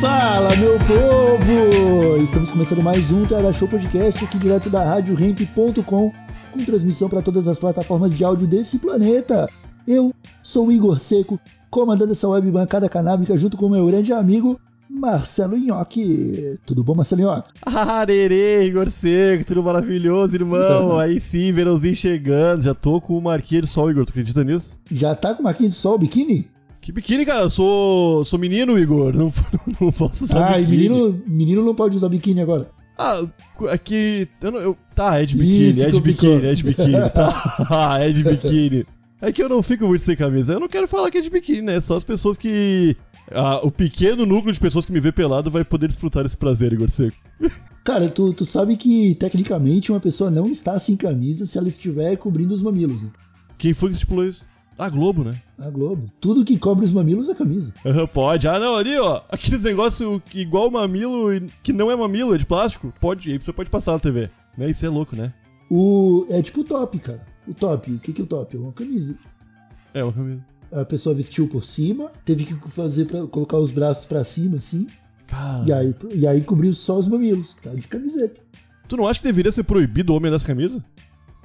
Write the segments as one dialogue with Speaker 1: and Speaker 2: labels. Speaker 1: Fala, meu povo! Estamos começando mais um Tera Show Podcast aqui direto da RadioRamp.com com transmissão para todas as plataformas de áudio desse planeta. Eu sou o Igor Seco, comandando essa web bancada canábica junto com meu grande amigo Marcelo Nhoque. Tudo bom, Marcelo Nhoque?
Speaker 2: Arerê, Ah, Igor Seco, tudo maravilhoso, irmão. Aí sim, verãozinho chegando. Já tô com o marquinho de sol, Igor. Tu acredita nisso?
Speaker 1: Já tá com marquinha de sol, biquíni?
Speaker 2: Que biquíni, cara. Eu sou, sou menino, Igor. Não, não posso usar
Speaker 1: Ah, e
Speaker 2: Tá, biquíni.
Speaker 1: menino, menino não pode usar biquíni agora.
Speaker 2: Ah, é que... Eu não, eu- tá, é de biquíni,
Speaker 1: Isso
Speaker 2: é de
Speaker 1: complicou.
Speaker 2: biquíni, é de biquíni. Tá, é de biquíni. É que eu não fico muito sem camisa. Eu não quero falar que é de biquíni, né? Só as pessoas que... ah, o pequeno núcleo de pessoas que me vê pelado vai poder desfrutar esse prazer, Igor Seco.
Speaker 1: Cara, tu, tu sabe que tecnicamente uma pessoa não está sem camisa se ela estiver cobrindo os mamilos. né?
Speaker 2: Quem foi que estipulou isso? Ah, Globo, né?
Speaker 1: A Globo. Tudo que cobre os mamilos é camisa.
Speaker 2: Aham, pode. Ah, não, ali, ó. Aqueles negócios igual mamilo, e- que não é mamilo, é de plástico. Pode, aí você pode passar na TV. Né? Isso é louco, né?
Speaker 1: O, é tipo o top, cara. O top. O que, que é o top? É uma camisa.
Speaker 2: É uma camisa.
Speaker 1: A pessoa vestiu por cima, teve que fazer para colocar os braços pra cima, assim,
Speaker 2: Cara,
Speaker 1: e aí, e aí cobriu só os mamilos. Tá de camiseta.
Speaker 2: tu não acha que deveria ser proibido o homem das camisas?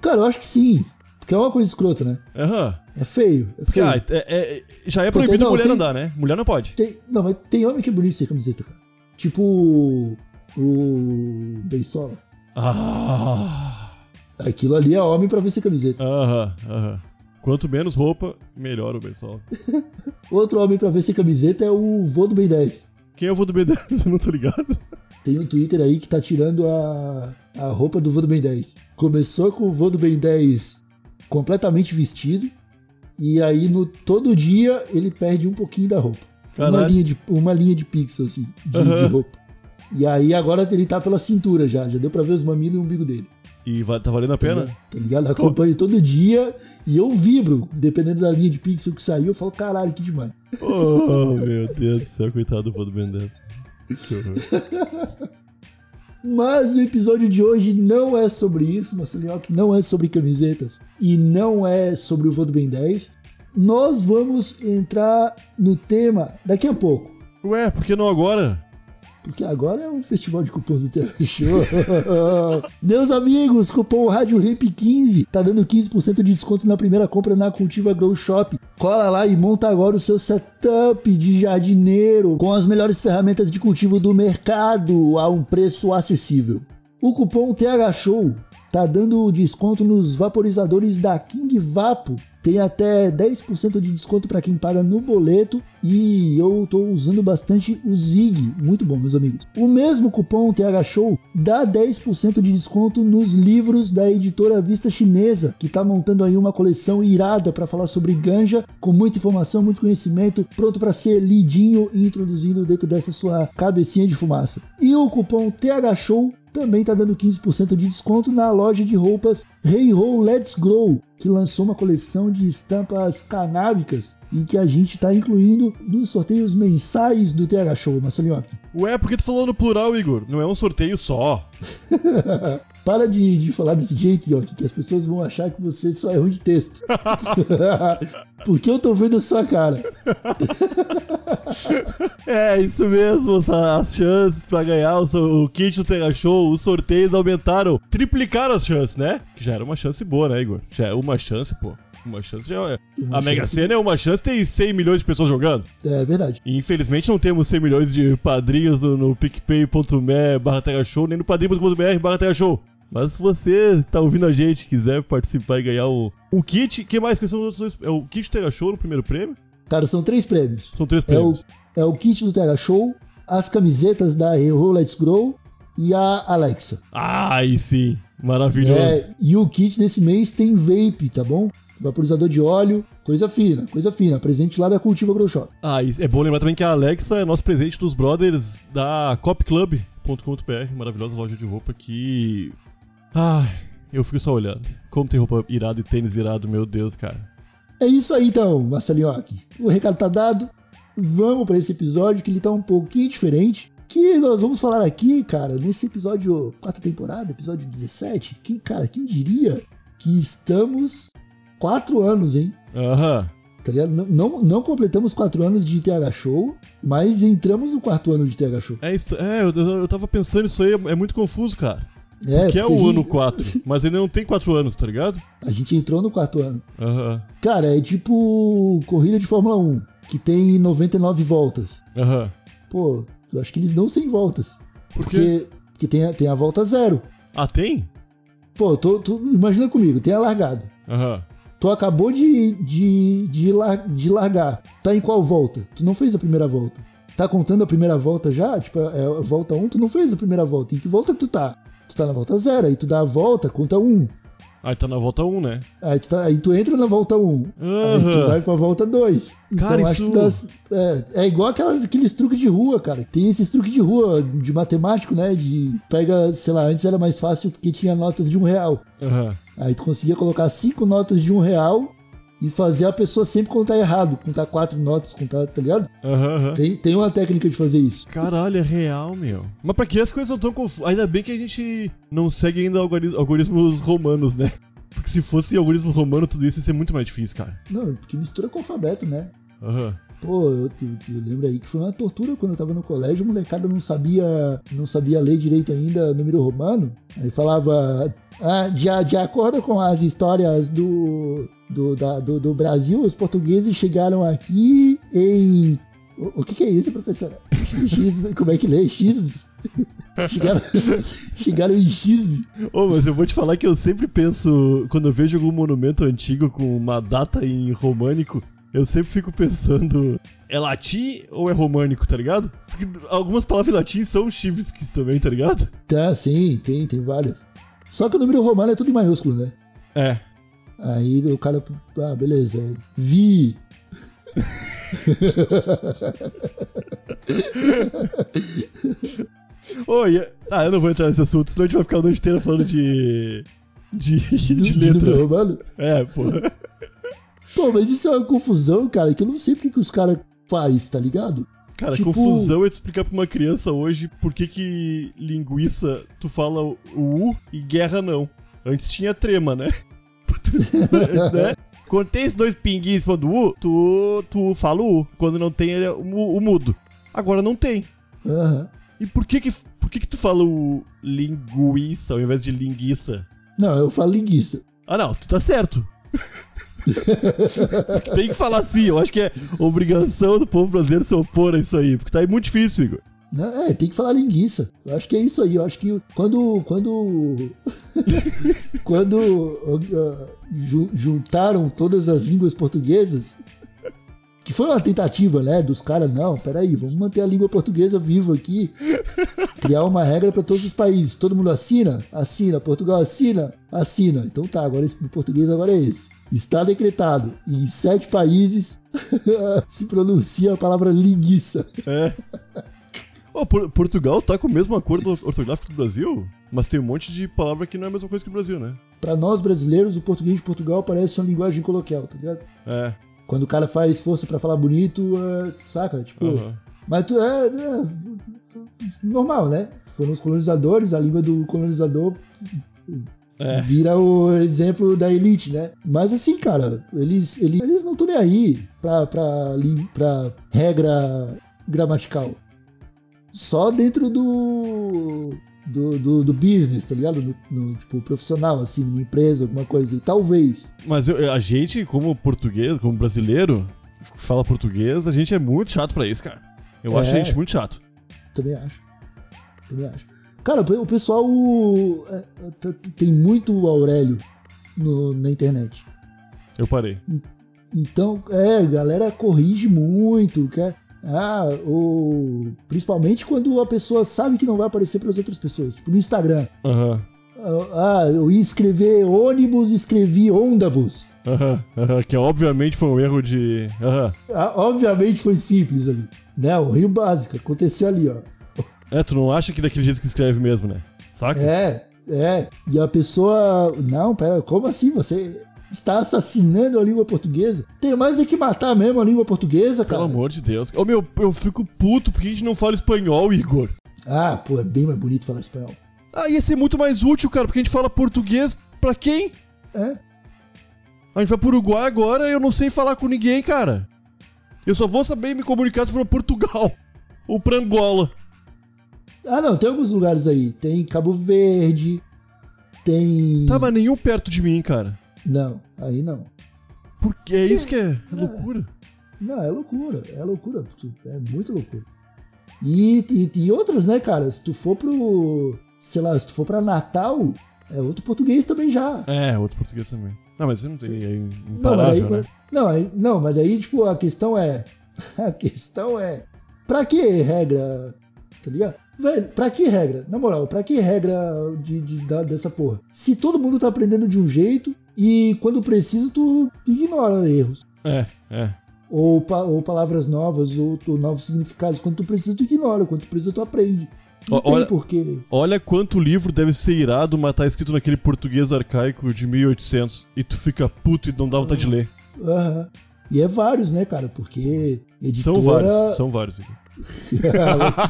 Speaker 1: Cara, eu acho que sim. Porque é uma coisa escrota, né?
Speaker 2: Aham.
Speaker 1: É feio. É feio.
Speaker 2: Cara, é- é- já é
Speaker 1: Porque
Speaker 2: proibido
Speaker 1: não,
Speaker 2: mulher
Speaker 1: tem-
Speaker 2: andar, né? Mulher não pode.
Speaker 1: Tem- não, mas tem homem que é bonito sem camiseta, cara. Tipo o Beisola.
Speaker 2: Ah.
Speaker 1: Aquilo ali é homem pra vestir camiseta.
Speaker 2: Aham, aham. Quanto menos roupa, melhor o pessoal.
Speaker 1: Outro homem pra vestir camiseta é o vô do Ben 10.
Speaker 2: Quem eu vou do B10? Eu não tô ligado.
Speaker 1: Tem um Twitter aí que tá tirando a, a roupa do vô do Ben 10. Começou com o vô do Ben 10 completamente vestido. E aí, no todo dia, ele perde um pouquinho da roupa. Uma
Speaker 2: Caralho.
Speaker 1: linha, de, uma linha de pixel, assim, de, de
Speaker 2: Aham.
Speaker 1: roupa. E aí, agora ele tá pela cintura já. Já deu pra ver os mamilos e o umbigo dele.
Speaker 2: E va- tá valendo a pena?
Speaker 1: Tá ligado? Eu acompanho todo dia e eu vibro. Dependendo da linha de pixel que saiu, eu falo, caralho, que demais.
Speaker 2: Oh, meu Deus do céu, coitado do Bodo Bendendo. Que horror.
Speaker 1: Mas o episódio de hoje não é sobre isso, Massalioque, não é sobre camisetas e não é sobre o voo do Ben 10. Nós vamos entrar no tema daqui a pouco,
Speaker 2: Ué, por que não agora?
Speaker 1: porque agora é um festival de cupons do Terra Show. Meus amigos, cupom Rádio Hip 15 tá dando 15% de desconto na primeira compra na Cultiva Grow Shop. Cola lá e monta agora o seu setup de jardineiro com as melhores ferramentas de cultivo do mercado a um preço acessível. O cupom TH Show tá dando desconto nos vaporizadores da King Vapo. Tem até 10% de desconto para quem paga no boleto e eu tô usando bastante o Zig, muito bom, meus amigos. O mesmo cupom TH Show dá 10% de desconto nos livros da editora Vista Chinesa, que tá montando aí uma coleção irada para falar sobre ganja, com muita informação, muito conhecimento, pronto para ser lidinho e introduzindo dentro dessa sua cabecinha de fumaça. E o cupom TH Show também tá dando 15% de desconto na loja de roupas Hey Ho Let's Grow, que lançou uma coleção de estampas canábicas e que a gente está incluindo nos sorteios mensais do TH Show, Marcelinhoque.
Speaker 2: Ué, por que tu falou no plural, Igor? Não é um sorteio só.
Speaker 1: Para de, de falar desse jeito, Yoki, que as pessoas vão achar que você só é ruim de texto. Porque eu tô vendo a sua cara.
Speaker 2: É, isso mesmo. sa- As chances pra ganhar o, so- o kit do Terra Show, os sorteios aumentaram. Triplicaram as chances, né? Que já era uma chance boa, né, Igor? Já é uma chance, pô. Uma chance já é. A Mega
Speaker 1: chance.
Speaker 2: Sena é uma chance, tem 100 milhões de pessoas jogando.
Speaker 1: É verdade.
Speaker 2: E infelizmente não temos 100 milhões de padrinhos no, no picpay.me barra Terra Show, nem no padrinho.br barra Terra Show. Mas se você tá ouvindo a gente quiser participar e ganhar o, o kit, que mais? Quais são os outros dois? É o kit Terra Show no primeiro prêmio?
Speaker 1: Cara, são três prêmios.
Speaker 2: São três
Speaker 1: É o,
Speaker 2: prêmios.
Speaker 1: é o kit do TH Show, as camisetas da Hey Ho Let's Grow e a Alexa.
Speaker 2: Ai, sim. Maravilhoso.
Speaker 1: É, e o kit desse mês tem vape, tá bom? vaporizador de óleo, coisa fina, coisa fina. Presente lá da Cultiva Grow Shop.
Speaker 2: Ah, e é bom lembrar também que a Alexa é nosso presente dos brothers da copclub.com.br, maravilhosa loja de roupa que. Ah, eu fico só olhando. Como tem roupa irada e tênis irado, meu Deus, cara.
Speaker 1: É isso aí então, Marcelinhoque. O recado tá dado. Vamos pra esse episódio que ele tá um pouquinho diferente. Que nós vamos falar aqui, cara, nesse episódio, quarta temporada, episódio 17. Quem, cara, quem diria que estamos quatro anos, hein?
Speaker 2: Aham.
Speaker 1: Tá ligado? Não, não, não completamos quatro anos de TH Show, mas entramos no quarto ano de TH Show.
Speaker 2: É, isso, é eu, eu, eu tava pensando isso aí, é muito confuso, cara.
Speaker 1: É, porque
Speaker 2: que é
Speaker 1: a
Speaker 2: o
Speaker 1: gente-
Speaker 2: ano 4, mas ainda não tem 4 anos, tá ligado?
Speaker 1: A gente entrou no quarto ano.
Speaker 2: Aham.
Speaker 1: Cara, é tipo corrida de Fórmula 1, que tem 99 voltas.
Speaker 2: Aham.
Speaker 1: Pô, eu acho que eles dão 100 voltas.
Speaker 2: Por quê?
Speaker 1: Porque, porque tem, a, tem a volta zero.
Speaker 2: Ah, tem?
Speaker 1: Pô, tô, tô- imagina comigo, tem a largada.
Speaker 2: Aham.
Speaker 1: Tu acabou de, de, de, lar- de largar. Tá em qual volta? Tu não fez a primeira volta. Tá contando a primeira volta já? Tipo, é a volta 1, tu não fez a primeira volta. Em que volta que tu tá? Tu tá na volta zero, aí tu dá a volta, conta 1.
Speaker 2: Aí tá na volta 1, né?
Speaker 1: Aí tu, tá- aí tu entra na volta 1. Aí tu
Speaker 2: Aham.
Speaker 1: vai pra volta 2. Então
Speaker 2: Cara,
Speaker 1: acho que
Speaker 2: isso-
Speaker 1: tu dá- é, é igual aquelas, aqueles truques de rua, cara. Tem esses truques de rua de matemático, né? De pega, sei lá, antes era mais fácil porque tinha notas de um real.
Speaker 2: Aham.
Speaker 1: Aí tu conseguia colocar cinco notas de um real e fazer a pessoa sempre contar errado. Contar quatro notas, contar, tá ligado?
Speaker 2: Aham. aham.
Speaker 1: Tem, tem uma técnica de fazer isso.
Speaker 2: Caralho, é real, meu. Mas pra que as coisas são tão confusas? Ainda bem que a gente não segue ainda algori- algoritmos romanos, né? Porque se fosse algoritmo romano, tudo isso ia ser muito mais difícil, cara.
Speaker 1: Não, porque mistura com alfabeto, né?
Speaker 2: Aham.
Speaker 1: Pô, eu, eu- eu lembro aí que foi uma tortura quando eu tava no colégio, o molecada não sabia, não sabia ler direito ainda número romano. Aí falava, ah, de, a- de acordo com as histórias do, do, da- do, do Brasil, os portugueses chegaram aqui em... O, o que que é isso, professora? X, como é que lê? X? Chegaram, chegaram em X.
Speaker 2: Ô, mas eu vou te falar que eu sempre penso, quando eu vejo algum monumento antigo com uma data em românico, eu sempre fico pensando, é latim ou é românico, tá ligado? Porque algumas palavras em latim são chivisques também, tá ligado?
Speaker 1: Tá, sim, tem, tem várias. Só que o número romano é tudo em maiúsculo, né?
Speaker 2: É.
Speaker 1: Aí o cara, ah, beleza, vi.
Speaker 2: Oi, ah, eu não vou entrar nesse assunto, senão a gente vai ficar a noite inteira falando de. de, de letra.
Speaker 1: número romano.
Speaker 2: É, pô.
Speaker 1: Pô, mas isso é uma confusão, cara, que eu não sei porque que os caras faz, tá ligado?
Speaker 2: Cara,
Speaker 1: Tipo-
Speaker 2: confusão é tu explicar pra uma criança hoje por que que linguiça tu fala o U e guerra não. Antes tinha trema, né? né? Quando tem esses dois pinguins em cima do U, tu, tu fala o U. Quando não tem, ele é o, mu- o mudo. Agora não tem.
Speaker 1: Aham.
Speaker 2: E por que que, por que que tu fala o linguiça ao invés de linguiça?
Speaker 1: Não, eu falo linguiça.
Speaker 2: Ah, não, tu tá certo. Porque tem que falar assim, eu acho que é obrigação do povo brasileiro se opor a isso aí, porque tá aí muito difícil, Igor.
Speaker 1: Não, é, tem que falar linguiça. Eu acho que é isso aí. Eu acho que quando. Quando. quando ah, ju- juntaram todas as línguas portuguesas. Que foi uma tentativa, né? Dos caras, não, peraí, vamos manter a língua portuguesa viva aqui. Criar uma regra pra todos os países. Todo mundo assina? Assina. Portugal assina? Assina. Então tá, agora esse o português agora é esse. Está decretado. Em sete países se pronuncia a palavra linguiça.
Speaker 2: É. Ó, Por- Portugal tá com o mesmo acordo ortográfico do Brasil, mas tem um monte de palavra que não é a mesma coisa que o Brasil, né?
Speaker 1: Pra nós brasileiros, o português de Portugal parece uma linguagem coloquial, tá ligado?
Speaker 2: É.
Speaker 1: Quando o cara faz força pra falar bonito, é, saca? Tipo,
Speaker 2: aham.
Speaker 1: mas tu é, é normal, né? Foram os colonizadores, a língua do colonizador
Speaker 2: É.
Speaker 1: vira o exemplo da elite, né? Mas assim, cara, eles, eles, eles não estão nem aí pra, pra, lin- pra regra gramatical. Só dentro do, do, do, do business, tá ligado? No, no, tipo, profissional, assim, numa empresa, alguma coisa. E talvez.
Speaker 2: Mas eu- a gente, como português, como brasileiro, que fala português, a gente é muito chato pra isso, cara. Eu acho a
Speaker 1: É.
Speaker 2: gente muito chato.
Speaker 1: Também acho. Também acho. Cara, o pessoal o- é, é, t- t- tem muito Aurélio no- na internet.
Speaker 2: Eu parei.
Speaker 1: Então, é, a galera corrige muito, quer. Ah, ou. Principalmente quando a pessoa sabe que não vai aparecer para as outras pessoas. Tipo, no Instagram.
Speaker 2: Aham.
Speaker 1: Ah, eu ia escrever ônibus, escrevi ondabus.
Speaker 2: Aham, aham, que obviamente foi um erro de. Aham.
Speaker 1: Ah, obviamente foi simples ali. Né? O Rio Básico, aconteceu ali, ó.
Speaker 2: É, tu não acha que daquele jeito que escreve mesmo, né? Saca?
Speaker 1: É, é. E a pessoa. Não, pera, como assim? Você está assassinando a língua portuguesa? Tem mais é que matar mesmo a língua portuguesa, cara.
Speaker 2: Pelo amor de Deus. Ô meu, eu fico puto porque a gente não fala espanhol, Igor.
Speaker 1: Ah, pô, é bem mais bonito falar espanhol.
Speaker 2: Ah, ia ser muito mais útil, cara, porque a gente fala português pra quem?
Speaker 1: É?
Speaker 2: A gente vai pro Uruguai agora e eu não sei falar com ninguém, cara. Eu só vou saber me comunicar se for pra Portugal ou pra Angola.
Speaker 1: Ah, não, tem alguns lugares aí. Tem Cabo Verde. Tem.
Speaker 2: Tá, mas nenhum perto de mim, cara.
Speaker 1: Não, aí não.
Speaker 2: Porque é isso que é, é loucura.
Speaker 1: Não, é loucura, é loucura, tu- é muito loucura. E, e, e outras, né, cara? Se tu for pro. Sei lá, se tu for pra Natal, é outro português também já.
Speaker 2: É, outro português também. Não, mas você não tem aí um
Speaker 1: Não, mas aí,
Speaker 2: imparável, né?
Speaker 1: não, aí- não, mas aí, tipo, a questão é. A questão é. Pra que regra? Tá ligado? Velho, pra que regra? Na moral, pra que regra de, de- da- dessa porra? Se todo mundo tá aprendendo de um jeito e quando precisa tu ignora erros.
Speaker 2: É, é.
Speaker 1: ou, pa- ou palavras novas, ou, tu- novos significados. Quando tu precisa, tu ignora. Quando tu precisa, tu aprende. Não
Speaker 2: Ó,
Speaker 1: tem
Speaker 2: olha-
Speaker 1: porquê.
Speaker 2: Olha quanto livro deve ser irado, mas tá escrito naquele português arcaico de 1800 e tu fica puto e não dá vontade de ler.
Speaker 1: Hum. Aham. E é vários, né, cara? Porque editora...
Speaker 2: São vários, são vários. Igor.
Speaker 1: Vai se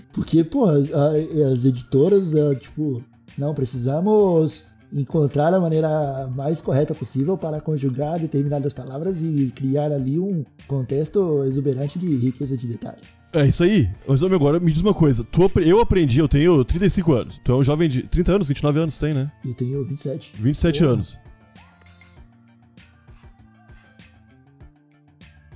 Speaker 1: fuder. Porque, porra, a- as editoras, ah, tipo... Não, precisamos encontrar a maneira mais correta possível para conjugar determinadas palavras e criar ali um contexto exuberante de riqueza de detalhes.
Speaker 2: É isso aí. Mas, homem, agora me diz uma coisa. Tu apre- eu aprendi, eu tenho 35 anos. Tu é um jovem de 30 anos, 29 anos, tem, né?
Speaker 1: Eu tenho 27.
Speaker 2: 27 anos.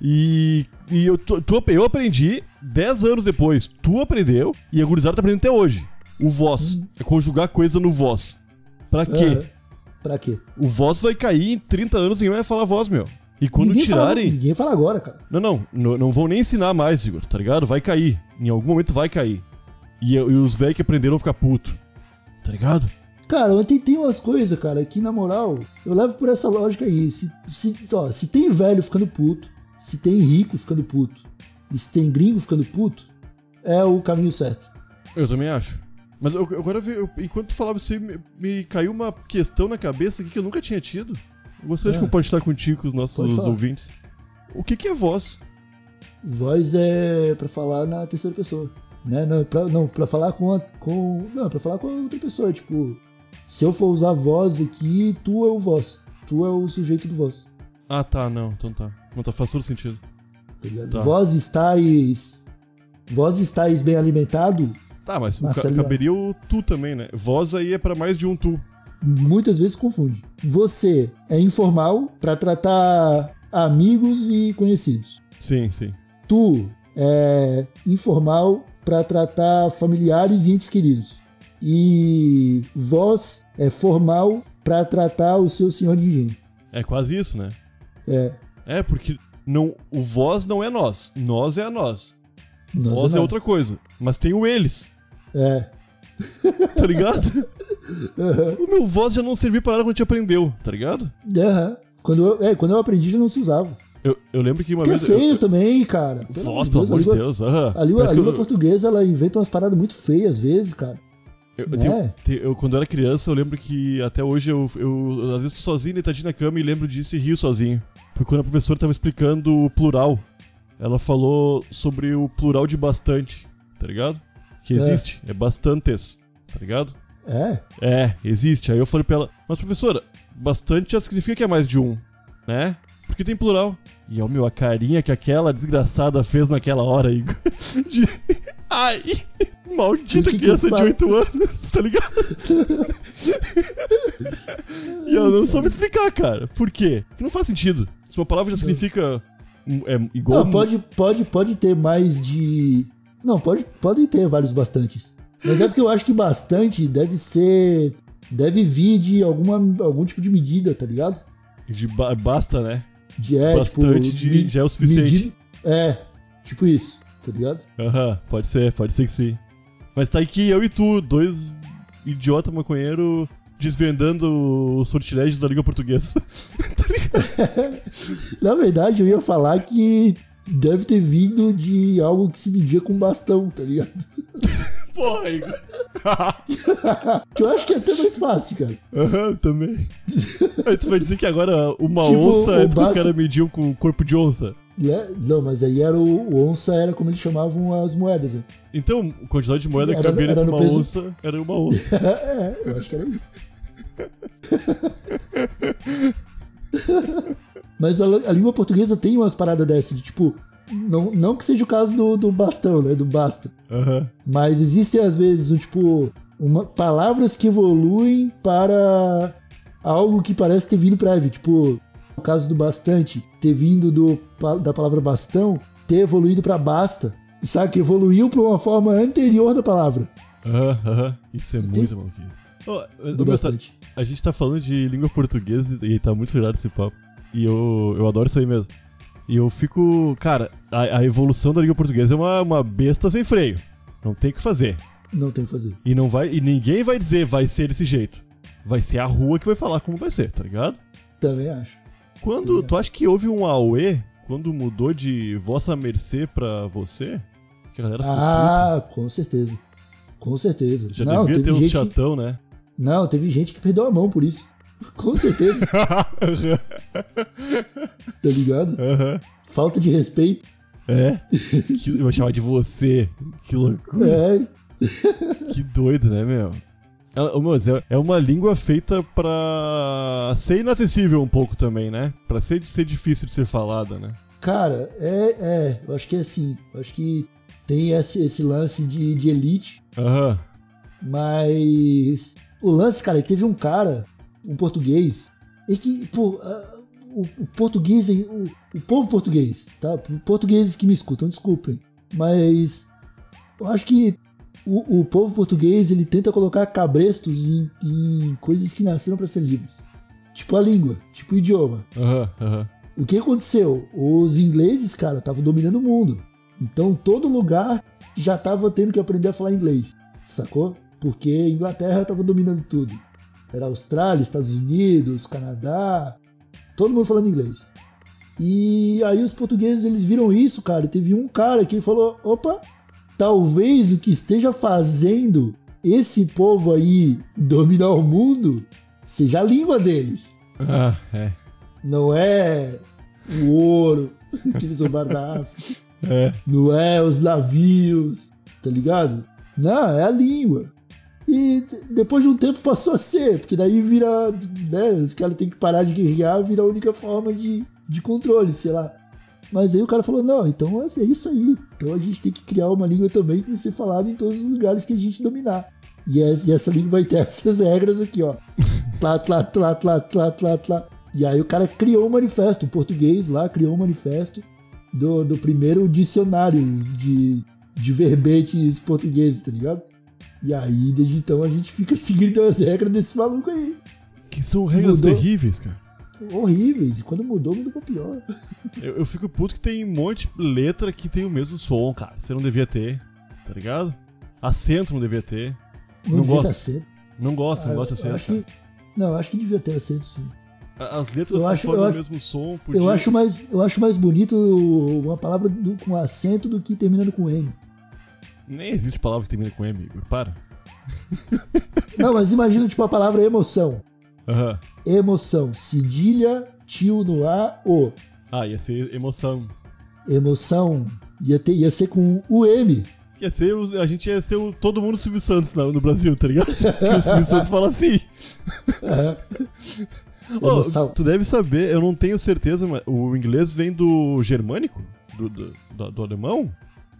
Speaker 2: E, e eu, tu, tu- eu aprendi 10 anos depois. Tu aprendeu e a gurizada tá aprendendo até hoje. O voz. É conjugar coisa no voz. Pra quê?
Speaker 1: Hum. Aham. Pra quê?
Speaker 2: O voz vai cair em 30 anos e ninguém vai falar voz, meu. E quando
Speaker 1: ninguém
Speaker 2: tirarem.
Speaker 1: Fala, ninguém fala agora, cara.
Speaker 2: Não, não, não, não vão nem ensinar mais, Igor, tá ligado? Vai cair. Em algum momento vai cair. E, eu- e os velhos que aprenderam vão ficar puto. Tá ligado?
Speaker 1: Cara, ontem tem umas coisas, cara, que na moral, eu levo por essa lógica aí. Se, se, ó, se tem velho ficando puto, se tem rico ficando puto, e se tem gringo ficando puto, é o caminho certo.
Speaker 2: Eu também acho. Mas eu- eu- agora, eu vi- eu- enquanto tu falava isso aí, me, me caiu uma questão na cabeça aqui que eu nunca tinha tido. Eu gostaria
Speaker 1: Ah.
Speaker 2: de compartilhar contigo com os
Speaker 1: Pode
Speaker 2: nossos
Speaker 1: falar.
Speaker 2: ouvintes. O que, que é voz?
Speaker 1: Voz é pra falar na terceira pessoa. Né? Não, pra, não, pra falar com, a, com. Não, pra falar com a outra pessoa. Tipo, se eu for usar voz aqui, tu é o voz. Tu é o sujeito do voz.
Speaker 2: Ah, tá, não, então tá. Não tá, faz todo sentido.
Speaker 1: Tá ligado?
Speaker 2: Tá.
Speaker 1: Vós estáis. Vós estáis bem alimentado,
Speaker 2: Tá, mas o
Speaker 1: Marcelo,
Speaker 2: ca- caberia o tu também, né? Voz aí é pra mais de um tu.
Speaker 1: muitas vezes confunde. Você é informal pra tratar amigos e conhecidos.
Speaker 2: Sim, sim.
Speaker 1: Tu é informal pra tratar familiares e entes queridos. E vós é formal pra tratar o seu senhor de engenho.
Speaker 2: É quase isso, né?
Speaker 1: É.
Speaker 2: É, porque não, o voz não é nós. Nós é a nós.
Speaker 1: nós
Speaker 2: voz é
Speaker 1: nós.
Speaker 2: outra coisa. Mas tem o eles,
Speaker 1: É.
Speaker 2: tá ligado? o meu voz já não serviu pra nada quando a gente aprendeu, tá ligado?
Speaker 1: Aham. Quando eu, é, quando eu aprendi já não se usava.
Speaker 2: Eu, eu lembro que uma
Speaker 1: Porque é
Speaker 2: vez. Ah, eu-
Speaker 1: feio também, cara.
Speaker 2: eu, voz, pelo amor de
Speaker 1: a língua-
Speaker 2: Deus. aham.
Speaker 1: A língua, a
Speaker 2: Parece que
Speaker 1: língua portuguesa, ela inventa umas paradas muito feias às vezes, cara.
Speaker 2: eu, eu,
Speaker 1: né?
Speaker 2: tenho- tenho- eu- Quando eu era criança, eu lembro que até hoje eu, eu às vezes tô sozinho, deitadinho na cama e lembro disso e rio sozinho. Foi quando a professora tava explicando o plural. Ela falou sobre o plural de bastante, tá ligado? Que
Speaker 1: É.
Speaker 2: existe. é bastantes, tá ligado?
Speaker 1: É,
Speaker 2: É, existe. Aí eu falei pra ela, mas professora, bastante já significa que é mais de um, né? Porque tem plural. E ó, meu, a carinha que aquela desgraçada fez naquela hora, Igor. De... Ai, maldita
Speaker 1: O que que
Speaker 2: criança
Speaker 1: eu
Speaker 2: de
Speaker 1: faço?
Speaker 2: 8 anos, tá ligado? e eu não soube explicar, cara. Por quê? Porque não faz sentido. Se uma palavra já significa um- é igual.
Speaker 1: Não,
Speaker 2: a
Speaker 1: pode, pode, pode ter mais de. Não, pode, pode ter vários bastantes. Mas é porque eu acho que bastante deve ser. Deve vir de alguma, algum tipo de medida, tá ligado?
Speaker 2: de ba- basta, né?
Speaker 1: De é,
Speaker 2: Bastante de-
Speaker 1: me-
Speaker 2: já é o suficiente.
Speaker 1: medida- é, tipo isso, tá ligado?
Speaker 2: Aham, pode ser, pode ser que sim. Mas tá aqui eu e tu, dois idiota maconheiro desvendando os sortilégios da língua portuguesa.
Speaker 1: Na verdade, eu ia falar que deve ter vindo de algo que se media com bastão, tá ligado?
Speaker 2: Porra, Igor.
Speaker 1: Que eu acho que é até mais fácil, cara.
Speaker 2: Aham, também. Aí tu vai dizer que agora uma
Speaker 1: Tipo,
Speaker 2: onça
Speaker 1: o
Speaker 2: é porque os
Speaker 1: basta-
Speaker 2: caras mediam com o corpo de onça.
Speaker 1: Né? Não, mas aí era o, o onça, era como eles chamavam as moedas. Né?
Speaker 2: Então, a quantidade de moeda que
Speaker 1: Era-
Speaker 2: cabia
Speaker 1: era
Speaker 2: dentro de
Speaker 1: no
Speaker 2: uma
Speaker 1: peso-
Speaker 2: onça era uma onça.
Speaker 1: é, eu acho que era isso. mas a, a língua portuguesa tem umas paradas dessas, de tipo, não, não que seja o caso do, do bastão, né? Do basto.
Speaker 2: Aham.
Speaker 1: Mas existem às vezes um tipo uma- palavras que evoluem para algo que parece ter vindo para tipo o caso do bastante ter vindo do pa- da palavra bastão ter evoluído para basta sabe que evoluiu para uma forma anterior da palavra
Speaker 2: Aham, aham. Isso é muito maluquinho. Ó,
Speaker 1: do
Speaker 2: ô, meu, tá-
Speaker 1: bastante
Speaker 2: a gente tá falando de língua portuguesa e tá muito virado esse papo. E eu, eu adoro isso aí mesmo. E eu fico. Cara, a, a evolução da língua portuguesa é uma, uma besta sem freio. Não tem o que fazer.
Speaker 1: não tem o que fazer
Speaker 2: E não vai. E ninguém vai dizer vai ser desse jeito. Vai ser a rua que vai falar como vai ser, tá ligado?
Speaker 1: também acho
Speaker 2: Quando. Tu acha que houve um Aue quando mudou de Vossa Mercê pra você? Que a galera ficou
Speaker 1: ah com certeza com certeza
Speaker 2: puta. Já
Speaker 1: não
Speaker 2: devia
Speaker 1: teve
Speaker 2: ter uns
Speaker 1: gente
Speaker 2: chatão, né?
Speaker 1: não teve gente que perdeu a mão por isso com certeza tá ligado
Speaker 2: Aham.
Speaker 1: falta de respeito
Speaker 2: É? Que, eu vou chamar de você. Que loucura.
Speaker 1: É,
Speaker 2: Que doido, né, meu? É, ô, meu, Zé, é uma língua feita pra ser inacessível um pouco também, né? Pra ser, ser difícil de ser falada, né?
Speaker 1: cara, é, é, eu acho que é assim. Eu acho que tem esse, esse lance de, de elite,
Speaker 2: Aham.
Speaker 1: mas o lance, cara, é que teve um cara, um português, e que, pô, ah, o, o português, é- o, o povo português, tá? Portugueses que me escutam, desculpem, mas eu acho que o, o povo português ele tenta colocar cabrestos em, em coisas que nasceram pra ser livres, tipo a língua, tipo o idioma.
Speaker 2: Aham, aham.
Speaker 1: O que aconteceu? Os ingleses, cara, estavam dominando o mundo. Então todo lugar já tava tendo que aprender a falar inglês, sacou? Porque a Inglaterra tava dominando tudo. Era Austrália, Estados Unidos, Canadá, todo mundo falando inglês. E aí os portugueses eles viram isso, cara. E teve um cara que falou: opa, talvez o que esteja fazendo esse povo aí dominar o mundo seja a língua deles
Speaker 2: Ah, é.
Speaker 1: não é o ouro que eles roubaram da África,
Speaker 2: É.
Speaker 1: não é os navios, tá ligado? Não, é a língua. E t- depois de um tempo passou a ser, porque daí vira, né, os caras têm que parar de guerrear, vira a única forma de, de controle, sei lá. Mas aí o cara falou, não, então é é isso aí. Então a gente tem que criar uma língua também que vai ser falada em todos os lugares que a gente dominar. E essa, e essa língua vai ter essas regras aqui, ó. Tlá, tlá, tlá, tlá, tlá, tlá, tlá. E aí o cara criou um manifesto, um português lá criou um manifesto do, do primeiro dicionário de, de verbetes portugueses, tá ligado? E aí, desde então, a gente fica seguindo as regras desse maluco aí.
Speaker 2: Que são regras
Speaker 1: Mudou.
Speaker 2: terríveis, cara.
Speaker 1: Horríveis. E quando mudou, mudou pra pior.
Speaker 2: Eu, eu fico puto que tem um monte de letra que tem o mesmo som, cara. Você não devia ter, tá ligado? Acento não devia ter. Não
Speaker 1: devia
Speaker 2: gosto.
Speaker 1: ter acento.
Speaker 2: Não gosto, não gosto de
Speaker 1: Ah,
Speaker 2: tá?
Speaker 1: Eu
Speaker 2: acento.
Speaker 1: acho que-
Speaker 2: cara.
Speaker 1: não, eu acho que devia ter acento, sim.
Speaker 2: A- As letras
Speaker 1: eu
Speaker 2: que
Speaker 1: acho-
Speaker 2: formam
Speaker 1: eu
Speaker 2: o
Speaker 1: acho-
Speaker 2: mesmo som
Speaker 1: Eu
Speaker 2: podiam...
Speaker 1: acho, mais, eu acho mais bonito uma palavra do- com acento do que terminando com M.
Speaker 2: Nem existe palavra que termina com M, Igor. Para.
Speaker 1: Não, mas imagina, tipo, a palavra emoção.
Speaker 2: Aham.
Speaker 1: Emoção. Cedilha, tio no A, O.
Speaker 2: Ah, ia ser emoção.
Speaker 1: Emoção. Ia, ter, ia ser com o M.
Speaker 2: Ia ser, os- a gente ia ser o, todo mundo Silvio Santos na- no, Brasil, tá ligado? Porque o Silvio Santos fala assim. Ô,
Speaker 1: Emoção.
Speaker 2: tu deve saber, eu não tenho certeza, mas o inglês vem do germânico? Do, do, do- do alemão?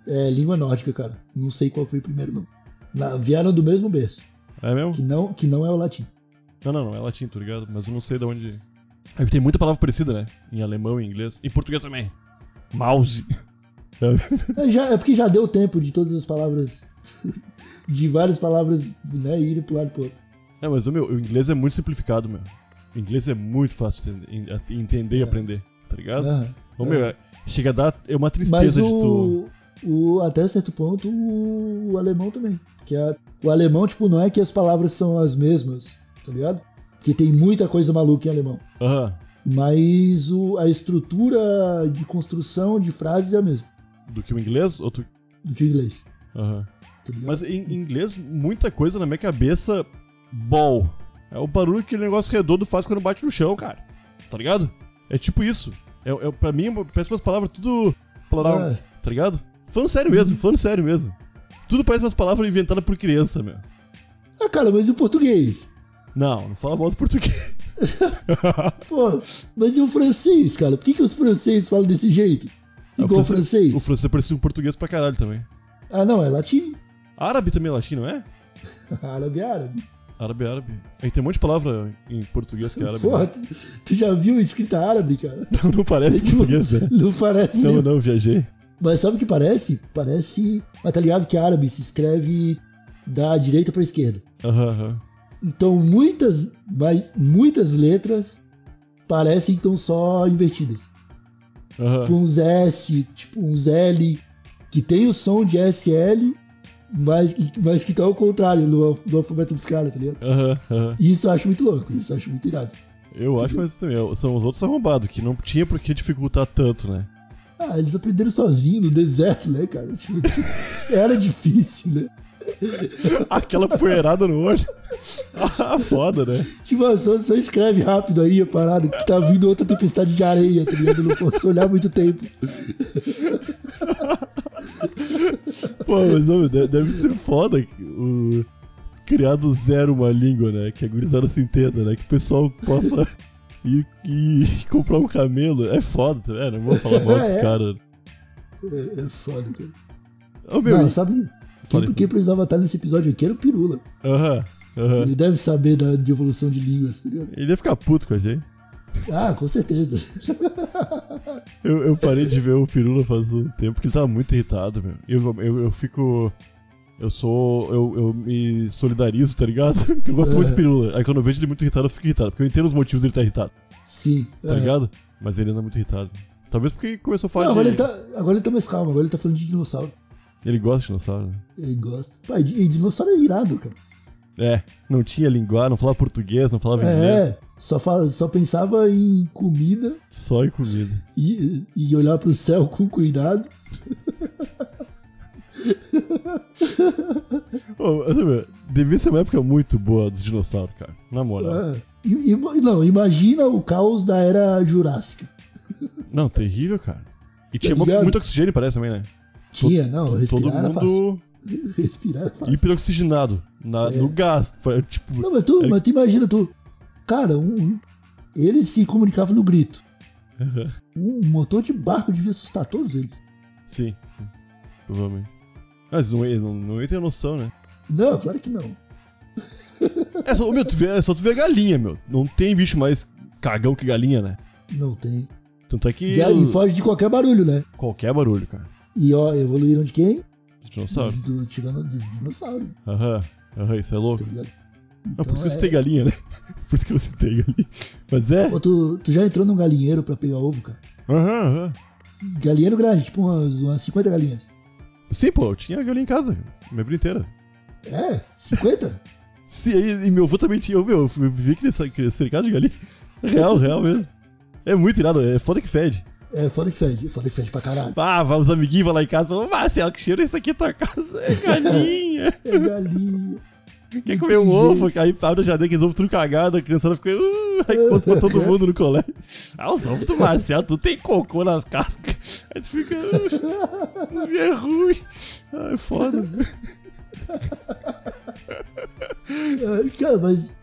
Speaker 1: É língua nórdica, cara. Não sei qual que foi primeiro, não. Na- vieram do mesmo berço,
Speaker 2: É mesmo?
Speaker 1: que não, que não é o latim.
Speaker 2: Não, não, não, é latim, tá ligado? Mas eu não sei de onde. É que tem muita palavra parecida, né? Em alemão, em inglês. Em português também. Mouse.
Speaker 1: É, já- é porque já deu tempo de todas as palavras. de várias palavras, né? Irem pro lado e pro outro.
Speaker 2: É, mas ô, meu, o inglês é muito simplificado, meu. O inglês é muito fácil de entender, entender e aprender, tá ligado?
Speaker 1: É. Aham.
Speaker 2: Ô, meu, é- chega a dar é uma
Speaker 1: Mas
Speaker 2: tristeza de tu.
Speaker 1: o, o, até certo ponto, o, alemão também. Que a- o alemão, tipo, não é que as palavras são as mesmas, tá ligado? Porque tem muita coisa maluca em alemão.
Speaker 2: Aham.
Speaker 1: Mas o- a estrutura de construção de frases é a mesma
Speaker 2: Do que o inglês? Ou tu...
Speaker 1: do que o inglês.
Speaker 2: Aham.
Speaker 1: Tá ligado?
Speaker 2: Mas em em inglês, muita coisa na minha cabeça. Ball. É o barulho que o negócio redondo faz quando bate no chão, cara. Tá ligado? É tipo isso. É, é, pra mim, parece umas palavras tudo.
Speaker 1: É.
Speaker 2: Tá ligado? Falando sério mesmo, falando sério mesmo. Tudo parece umas palavras inventadas por criança, meu.
Speaker 1: Ah, cara, mas e o português?
Speaker 2: Não, não fala mal do português.
Speaker 1: Pô, mas e o francês, cara? Por que, que os franceses falam desse jeito? Igual o francês?
Speaker 2: Ah, É, O francês parecia um português pra caralho também.
Speaker 1: Ah, não, é latim.
Speaker 2: Árabe também é latim, não é?
Speaker 1: Árabe, é árabe.
Speaker 2: Árabe, árabe. Aí tem um monte de palavra em português que é árabe.
Speaker 1: Porra, tu, tu já viu escrita árabe, cara?
Speaker 2: Não, não parece português, né?
Speaker 1: Não parece,
Speaker 2: Não,
Speaker 1: né?
Speaker 2: não, viajei.
Speaker 1: Mas sabe o que parece? Parece. Mas tá ligado que árabe se escreve da direita pra esquerda.
Speaker 2: Aham, aham.
Speaker 1: Então muitas, mas muitas letras parecem que estão só invertidas.
Speaker 2: aham.
Speaker 1: Tipo uns S, tipo uns L, que tem o som de SL, mas, mas que tá ao contrário do, al- do alfabeto dos caras, tá ligado?
Speaker 2: Aham, aham.
Speaker 1: E isso eu acho muito louco, isso eu acho muito irado.
Speaker 2: Eu acho, mas também são os outros arrombados, que não tinha por que dificultar tanto, né?
Speaker 1: Ah, eles aprenderam sozinhos no deserto, né, cara? Tipo, era difícil, né?
Speaker 2: Aquela poeirada no olho. Ah, foda, né?
Speaker 1: Tipo, ó, só, só escreve rápido aí a parada, que tá vindo outra tempestade de areia, tá ligado? Eu não posso olhar muito tempo.
Speaker 2: Pô, mas ô, de- deve ser foda o... criar do zero uma língua, né? Que a gurizada se entenda, né? Que o pessoal possa ir, ir comprar um camelo. É foda, né? Não vou falar mal dos
Speaker 1: É.
Speaker 2: caras.
Speaker 1: É, é foda, cara.
Speaker 2: Ô, meu.
Speaker 1: Não,
Speaker 2: e-
Speaker 1: sabe?
Speaker 2: Fala
Speaker 1: Quem,
Speaker 2: aí.
Speaker 1: quem precisava estar nesse episódio aqui era o Pirula.
Speaker 2: Aham, aham.
Speaker 1: Ele deve saber da, de evolução de línguas, tá ligado?
Speaker 2: Ele ia ficar puto com a gente.
Speaker 1: Ah, com certeza.
Speaker 2: Eu, eu parei de ver o Pirula faz um tempo que ele tava muito irritado, meu. Eu, eu, eu fico. Eu sou. Eu, eu me solidarizo, tá ligado? Porque eu gosto muito do Pirula. Aí quando eu vejo ele muito irritado, eu fico irritado. Porque eu entendo os motivos dele estar irritado,
Speaker 1: Sim.
Speaker 2: tá
Speaker 1: é.
Speaker 2: ligado? Mas ele anda muito irritado. Talvez porque começou a falar
Speaker 1: Não,
Speaker 2: de.
Speaker 1: agora, ele tá, agora ele tá mais calmo, agora ele tá falando de dinossauro.
Speaker 2: ele gosta de dinossauro, né?
Speaker 1: Ele gosta. Pai, di- dinossauro é irado, cara.
Speaker 2: É, não tinha linguar, não falava português, não falava inglês,
Speaker 1: É, só, fala, só pensava em comida
Speaker 2: só em comida.
Speaker 1: e, e olhar pro céu com cuidado.
Speaker 2: Ô, mas, meu, devia ser uma época muito boa dos dinossauros, cara. Na moral.
Speaker 1: É. E- e- não, imagina o caos da era Jurássica.
Speaker 2: Não, terrível, cara. E tinha
Speaker 1: Tá ligado?
Speaker 2: muito oxigênio, parece também, né?
Speaker 1: Tinha, não,
Speaker 2: Todo
Speaker 1: respirar era fácil.
Speaker 2: mundo.
Speaker 1: Respirar era fácil. É.
Speaker 2: hiperoxigenado na, no gás. foi, Tipo,
Speaker 1: Não, mas tu, mas tu imagina, tu. Cara, um, um- eles se comunicavam no grito. Um motor de barco devia assustar todos eles.
Speaker 2: sim, sim, provavelmente. Mas não, não, não tem noção, né?
Speaker 1: Não, claro que não.
Speaker 2: É só, ô, meu, tu vê, é só tu ver galinha, meu. Não tem bicho mais cagão que galinha, né?
Speaker 1: Não tem.
Speaker 2: Tanto é que
Speaker 1: E, aí foge de qualquer barulho, né?
Speaker 2: qualquer barulho, cara.
Speaker 1: E ó, evoluíram de quem?
Speaker 2: Os dinossauros.
Speaker 1: Do, tirando do dinossauro,
Speaker 2: Aham, aham, isso é louco.
Speaker 1: tá ligado?
Speaker 2: Ah, por isso que eu
Speaker 1: é-
Speaker 2: citei galinha, né? Por isso que eu citei galinha. Mas é.
Speaker 1: Pô, tu, tu já entrou num galinheiro pra pegar ovo, cara?
Speaker 2: Aham, aham.
Speaker 1: Galinheiro grande, tipo umas, umas 50 galinhas.
Speaker 2: Sim, pô, eu tinha galinha em casa, minha vida inteira.
Speaker 1: É, 50?
Speaker 2: Sim, aí- e meu avô também tinha. Meu, eu vivi crescer, crescer em casa de galinha. Real, real mesmo. É muito irado, é foda que fede.
Speaker 1: é, foda que fede, foda que fede pra caralho.
Speaker 2: Ah, vai, os amiguinhos vão lá em casa falam, Marcelo, que cheiro é esse aqui na tua casa? É galinha.
Speaker 1: É galinha.
Speaker 2: Quer comer um ovo? Aí abre a janeira, aqueles ovos tudo cagado, a criançada fica... Uh, aí conta pra todo mundo no colégio. Ah, os ovos do Marcelo, tu tem cocô nas cascas. Aí tu fica... Uh, é ruim. Ai, foda.
Speaker 1: É, Cara, mas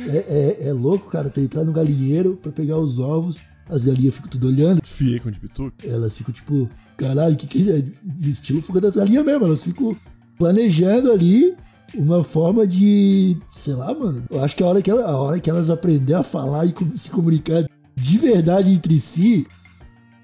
Speaker 1: é, é- é louco, cara, tu entrar no galinheiro pra pegar os ovos, as galinhas ficam tudo olhando,
Speaker 2: Fiei é com o de bituca.
Speaker 1: elas ficam tipo, caralho, que que é? Estilo fuga das galinhas mesmo, elas ficam planejando ali uma forma de, sei lá, mano, eu acho que a hora que, ela- a hora que elas aprender a falar e com- se comunicar de verdade entre si,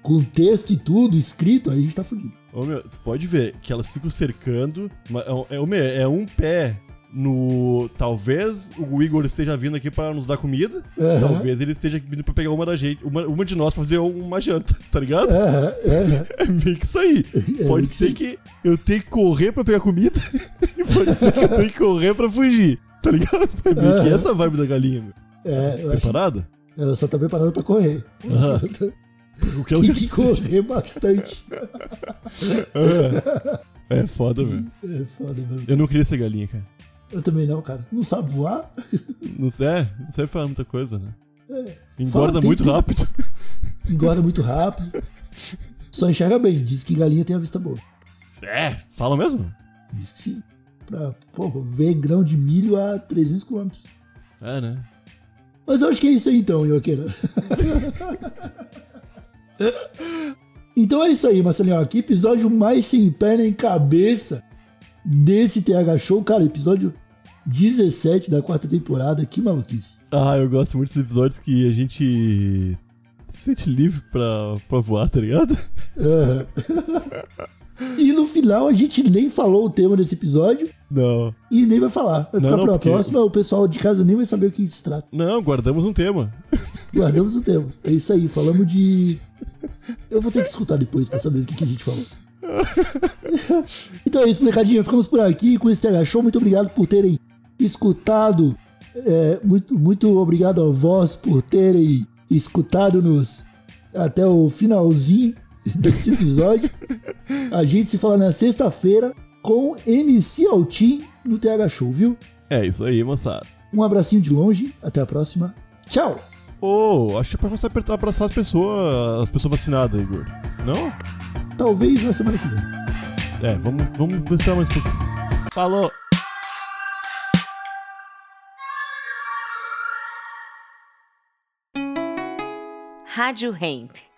Speaker 1: com texto e tudo escrito, aí a gente tá fudido.
Speaker 2: Ô, meu, tu pode ver que elas ficam cercando... mas é um- É, um- é um pé no. Talvez o Igor esteja vindo aqui pra nos dar comida.
Speaker 1: Aham.
Speaker 2: Talvez ele esteja vindo pra pegar uma da gente, uma, uma de nós pra fazer uma janta, tá ligado?
Speaker 1: Aham, aham.
Speaker 2: É meio que isso aí.
Speaker 1: É meio
Speaker 2: Pode
Speaker 1: que
Speaker 2: ser
Speaker 1: sim.
Speaker 2: que eu tenha que correr pra pegar comida. e Pode ser que eu tenha que correr pra fugir. Tá ligado? É meio que essa a vibe da galinha, meu.
Speaker 1: É, eu acho
Speaker 2: Preparado?
Speaker 1: que ela só tá preparada pra correr.
Speaker 2: O que
Speaker 1: Tem
Speaker 2: ela quer
Speaker 1: que
Speaker 2: dizer?
Speaker 1: correr bastante.
Speaker 2: É foda, velho.
Speaker 1: É foda, mano.
Speaker 2: Eu não queria ser galinha, cara.
Speaker 1: Eu também não, cara. Não sabe voar?
Speaker 2: Não serve, não serve pra muita coisa, né? Engorda
Speaker 1: Fala, tem-
Speaker 2: muito
Speaker 1: tem-
Speaker 2: rápido.
Speaker 1: Engorda muito rápido. Só enxerga bem. Diz que galinha tem a vista boa.
Speaker 2: É, fala mesmo?
Speaker 1: Diz que sim. Pra, pô, ver grão de milho a 300 km.
Speaker 2: É, né?
Speaker 1: Mas eu acho que é isso aí então, Yoqueira. então é isso aí, Marcelinho. Que episódio mais sem pé nem cabeça desse TH Show. Cara, episódio 17 da quarta temporada. Que maluquice.
Speaker 2: Ah, eu gosto muito desses episódios que a gente se sente livre pra, pra voar, tá ligado?
Speaker 1: E no final a gente nem falou o tema desse episódio
Speaker 2: Não.
Speaker 1: e nem vai falar. Vai
Speaker 2: Não,
Speaker 1: ficar
Speaker 2: não,
Speaker 1: pra
Speaker 2: porque-
Speaker 1: próxima, o pessoal de casa nem vai saber o que se trata.
Speaker 2: Não, guardamos um tema.
Speaker 1: Guardamos o tema. É isso aí, falamos de. Eu vou ter que escutar depois pra saber do que, que a gente falou. então é isso, molecadinha. Ficamos por aqui com esse TH Show. Muito obrigado por terem escutado. É, muito, muito obrigado a vós por terem escutado-nos até o finalzinho desse episódio. A gente se fala na sexta-feira com MC Altim no TH Show, viu?
Speaker 2: É isso aí, moçada.
Speaker 1: Um abracinho de longe. Até a próxima. Tchau!
Speaker 2: Ô, acho que é pra você apertar- abraçar as pessoas, as pessoas vacinadas, Igor. Não?
Speaker 1: Talvez na semana que vem.
Speaker 2: É, vamos, vamos esperar mais um pouquinho. Falou!
Speaker 3: Rádio Hemp.